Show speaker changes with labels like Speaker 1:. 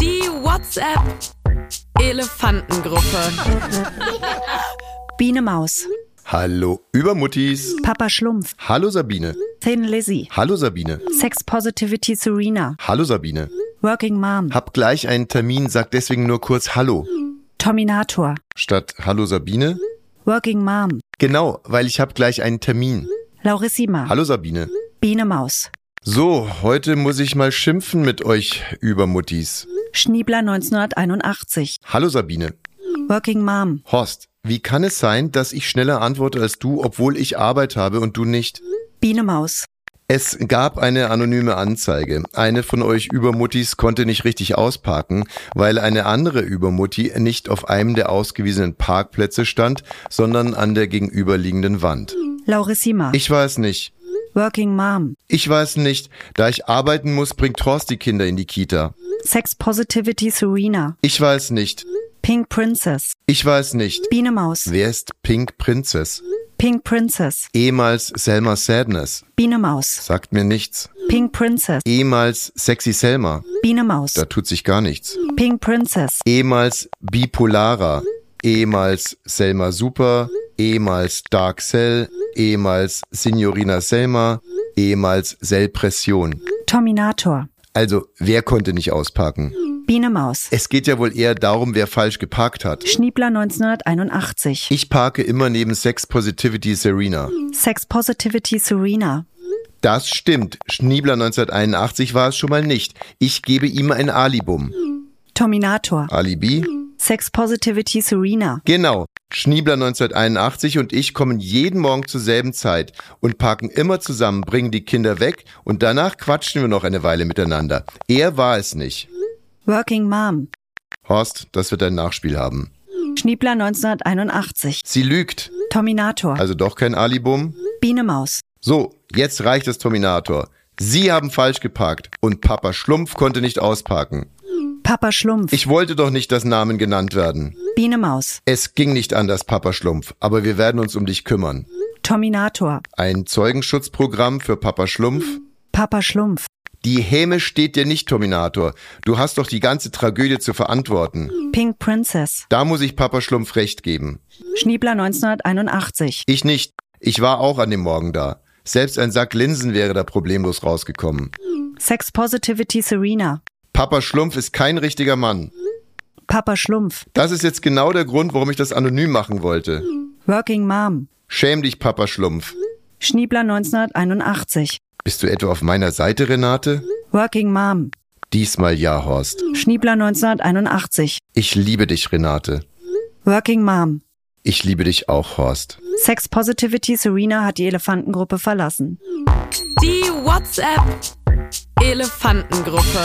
Speaker 1: Die WhatsApp Elefantengruppe.
Speaker 2: Biene Maus,
Speaker 3: Hallo Übermuttis.
Speaker 2: Papa Schlumpf,
Speaker 3: Hallo Sabine.
Speaker 2: Thin Lizzy,
Speaker 3: Hallo Sabine.
Speaker 2: Sex Positivity Serena,
Speaker 3: Hallo Sabine.
Speaker 2: Working Mom,
Speaker 3: Hab gleich einen Termin, sag deswegen nur kurz Hallo.
Speaker 2: Terminator,
Speaker 3: Statt Hallo Sabine.
Speaker 2: Working Mom,
Speaker 3: Genau, weil ich hab gleich einen Termin.
Speaker 2: Laurissima,
Speaker 3: Hallo Sabine.
Speaker 2: Biene Maus,
Speaker 3: So, heute muss ich mal schimpfen mit euch Übermuttis.
Speaker 2: Schniebler 1981,
Speaker 3: Hallo Sabine.
Speaker 2: Working Mom,
Speaker 3: Horst, wie kann es sein, dass ich schneller antworte als du, obwohl ich Arbeit habe und du nicht?
Speaker 2: Biene Maus,
Speaker 3: Es gab eine anonyme Anzeige. Eine von euch Übermuttis konnte nicht richtig ausparken, weil eine andere Übermutti nicht auf einem der ausgewiesenen Parkplätze stand, sondern an der gegenüberliegenden Wand.
Speaker 2: Laurissima,
Speaker 3: Ich weiß nicht.
Speaker 2: Working Mom,
Speaker 3: Ich weiß nicht. Da ich arbeiten muss, bringt Horst die Kinder in die Kita.
Speaker 2: Sex Positivity Serena,
Speaker 3: Ich weiß nicht.
Speaker 2: Pink Princess,
Speaker 3: Ich weiß nicht.
Speaker 2: Biene Maus,
Speaker 3: Wer ist Pink Princess?
Speaker 2: Pink Princess,
Speaker 3: Ehemals Selma Sadness.
Speaker 2: Biene Maus,
Speaker 3: Sagt mir nichts.
Speaker 2: Pink Princess,
Speaker 3: Ehemals Sexy Selma.
Speaker 2: Biene Maus,
Speaker 3: Da tut sich gar nichts.
Speaker 2: Pink Princess,
Speaker 3: ehemals Bipolara, ehemals Selma Super, ehemals Dark Cell, ehemals Signorina Selma, ehemals Selpression.
Speaker 2: Terminator,
Speaker 3: Also, wer konnte nicht ausparken?
Speaker 2: Biene Maus,
Speaker 3: Es geht ja wohl eher darum, wer falsch geparkt hat.
Speaker 2: Schniebler 1981.
Speaker 3: Ich parke immer neben Sex Positivity Serena.
Speaker 2: Sex Positivity Serena.
Speaker 3: Das stimmt. Schniebler 1981 war es schon mal nicht. Ich gebe ihm ein Alibum.
Speaker 2: Terminator.
Speaker 3: Alibi?
Speaker 2: Sex Positivity Serena.
Speaker 3: Genau. Schniebler 1981 und ich kommen jeden Morgen zur selben Zeit und parken immer zusammen, bringen die Kinder weg und danach quatschen wir noch eine Weile miteinander. Er war es nicht.
Speaker 2: Working Mom.
Speaker 3: Horst, das wird ein Nachspiel haben.
Speaker 2: Schniebler 1981.
Speaker 3: Sie lügt.
Speaker 2: Terminator.
Speaker 3: Also doch kein Alibum.
Speaker 2: Biene Maus.
Speaker 3: So, jetzt reicht es, Terminator. Sie haben falsch geparkt und Papa Schlumpf konnte nicht ausparken.
Speaker 2: Papa Schlumpf.
Speaker 3: Ich wollte doch nicht, dass Namen genannt werden.
Speaker 2: Biene Maus.
Speaker 3: Es ging nicht anders, Papa Schlumpf, aber wir werden uns um dich kümmern.
Speaker 2: Terminator.
Speaker 3: Ein Zeugenschutzprogramm für Papa Schlumpf.
Speaker 2: Papa Schlumpf.
Speaker 3: Die Häme steht dir nicht, Terminator. Du hast doch die ganze Tragödie zu verantworten.
Speaker 2: Pink Princess.
Speaker 3: Da muss ich Papa Schlumpf recht geben.
Speaker 2: Schniebler 1981.
Speaker 3: Ich nicht. Ich war auch an dem Morgen da. Selbst ein Sack Linsen wäre da problemlos rausgekommen.
Speaker 2: Sex Positivity Serena.
Speaker 3: Papa Schlumpf ist kein richtiger Mann.
Speaker 2: Papa Schlumpf.
Speaker 3: Das ist jetzt genau der Grund, warum ich das anonym machen wollte.
Speaker 2: Working Mom.
Speaker 3: Schäm dich, Papa Schlumpf.
Speaker 2: Schniebler 1981.
Speaker 3: Bist du etwa auf meiner Seite, Renate?
Speaker 2: Working Mom.
Speaker 3: Diesmal ja, Horst.
Speaker 2: Schniebler 1981.
Speaker 3: Ich liebe dich, Renate.
Speaker 2: Working Mom.
Speaker 3: Ich liebe dich auch, Horst.
Speaker 2: Sex Positivity Serena hat die Elefantengruppe verlassen.
Speaker 1: Die WhatsApp Elefantengruppe.